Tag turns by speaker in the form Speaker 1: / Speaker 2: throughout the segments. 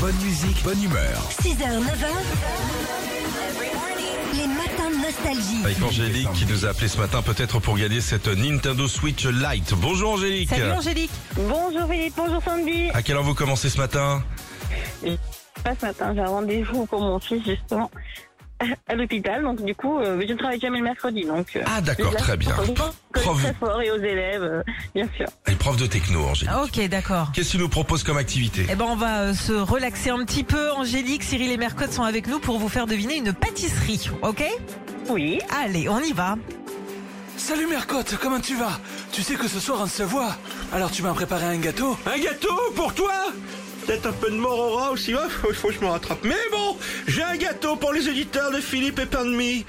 Speaker 1: Bonne musique, bonne humeur.
Speaker 2: 6h, 9h. Les matins de nostalgie.
Speaker 3: Avec Angélique qui nous a appelé ce matin peut-être pour gagner cette Nintendo Switch Lite. Bonjour Angélique.
Speaker 4: Salut Angélique.
Speaker 5: Bonjour Philippe, bonjour Sandy.
Speaker 3: À quelle heure vous commencez ce matin
Speaker 5: Pas ce matin, j'ai un rendez-vous pour mon fils justement à l'hôpital, donc du coup, euh, je ne travaille jamais le mercredi, donc. euh,
Speaker 3: Ah, d'accord,
Speaker 5: je laisse
Speaker 3: très bien.
Speaker 5: aux enfants, que
Speaker 3: Prof-
Speaker 5: Très fort et aux élèves, euh, bien sûr.
Speaker 3: Elle est prof de techno, Angélique.
Speaker 4: Ah, ok, d'accord.
Speaker 3: Qu'est-ce qu'il nous propose comme activité
Speaker 4: Eh ben, on va euh, se relaxer un petit peu. Angélique, Cyril et Mercotte sont avec nous pour vous faire deviner une pâtisserie, ok
Speaker 5: Oui.
Speaker 4: Allez, on y va.
Speaker 6: Salut Mercotte, comment tu vas Tu sais que ce soir on se voit. Alors tu m'as préparé un gâteau
Speaker 7: Un gâteau pour toi Peut-être un peu de mort au rat aussi, il faut, faut que je me rattrape. Mais bon, j'ai un gâteau pour les éditeurs de Philippe et Pandemi.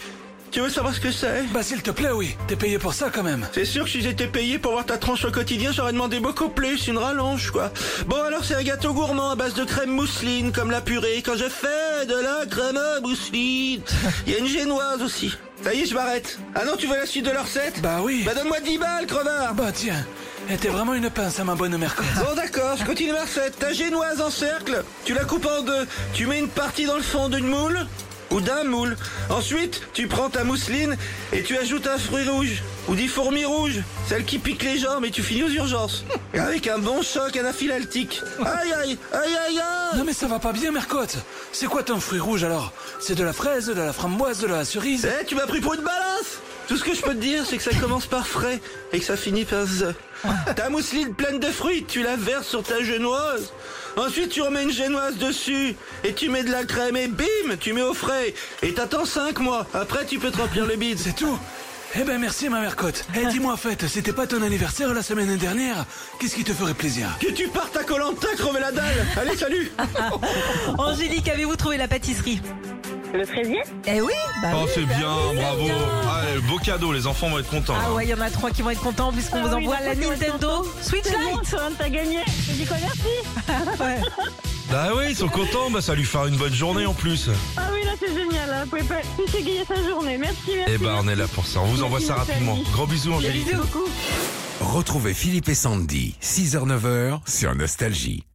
Speaker 7: Tu veux savoir ce que c'est
Speaker 6: Bah s'il te plaît, oui. T'es payé pour ça quand même.
Speaker 7: C'est sûr que si j'étais payé pour voir ta tranche au quotidien, j'aurais demandé beaucoup plus, une rallonge quoi. Bon alors c'est un gâteau gourmand à base de crème mousseline, comme la purée, quand je fais de la crème à mousseline. Il y a une génoise aussi. Ça y est, je m'arrête. Ah non, tu veux la suite de la recette
Speaker 6: Bah oui.
Speaker 7: Bah donne-moi 10 balles, crevard
Speaker 6: Bah tiens, et t'es vraiment une pince à ma bonne Mercotte.
Speaker 7: Bon d'accord, je continue ma recette. Ta génoise en cercle, tu la coupes en deux. Tu mets une partie dans le fond d'une moule ou d'un moule. Ensuite, tu prends ta mousseline et tu ajoutes un fruit rouge ou des fourmis rouges, celles qui piquent les jambes et tu finis aux urgences. Et Avec un bon choc anaphylactique. Aïe aïe aïe aïe aïe
Speaker 6: Non mais ça va pas bien Mercotte. C'est quoi ton fruit rouge alors C'est de la fraise, de la framboise, de la cerise
Speaker 7: Eh, tu m'as pris pour une balance Tout ce que je peux te dire, c'est que ça commence par frais et que ça finit par z. Ta mousseline pleine de fruits, tu la verses sur ta génoise. Ensuite, tu remets une génoise dessus et tu mets de la crème et bim, tu mets au frais. Et t'attends 5 mois. Après, tu peux te remplir le bide.
Speaker 6: C'est tout Eh ben merci ma Mercotte. Eh dis-moi en fait, c'était pas ton anniversaire la semaine dernière Qu'est-ce qui te ferait plaisir
Speaker 7: Que tu partes à Colanta, crever la dalle. Allez, salut
Speaker 4: Angélique, avez-vous trouvé la pâtisserie
Speaker 5: Le fraisier
Speaker 4: Eh oui, bah
Speaker 3: Oh,
Speaker 4: oui,
Speaker 3: c'est
Speaker 4: bah
Speaker 3: bien,
Speaker 4: oui,
Speaker 3: bravo.
Speaker 4: c'est bien.
Speaker 3: Allez, beau cadeau, les enfants vont être contents.
Speaker 4: Ah ouais, il y en a trois qui vont être contents puisqu'on
Speaker 5: Ah
Speaker 4: vous
Speaker 5: oui,
Speaker 4: envoie la
Speaker 5: d'accord, ils vont être
Speaker 4: Nintendo Switch
Speaker 5: C'est bon,
Speaker 4: Lite.
Speaker 5: Corinne, t'as gagné. Je dis quoi, merci
Speaker 4: Ouais.
Speaker 3: Bah oui, ils sont contents, bah ça lui fera une bonne journée en plus.
Speaker 5: Ah oui, là, c'est génial. Là. Vous pouvez pas plus égayer sa journée. Merci, merci.
Speaker 3: Eh ben on est là pour ça. On vous envoie ça rapidement. Gros bisous Angélique.
Speaker 5: Merci beaucoup.
Speaker 1: Retrouvez Philippe et Sandy, 6h, 9h sur Nostalgie.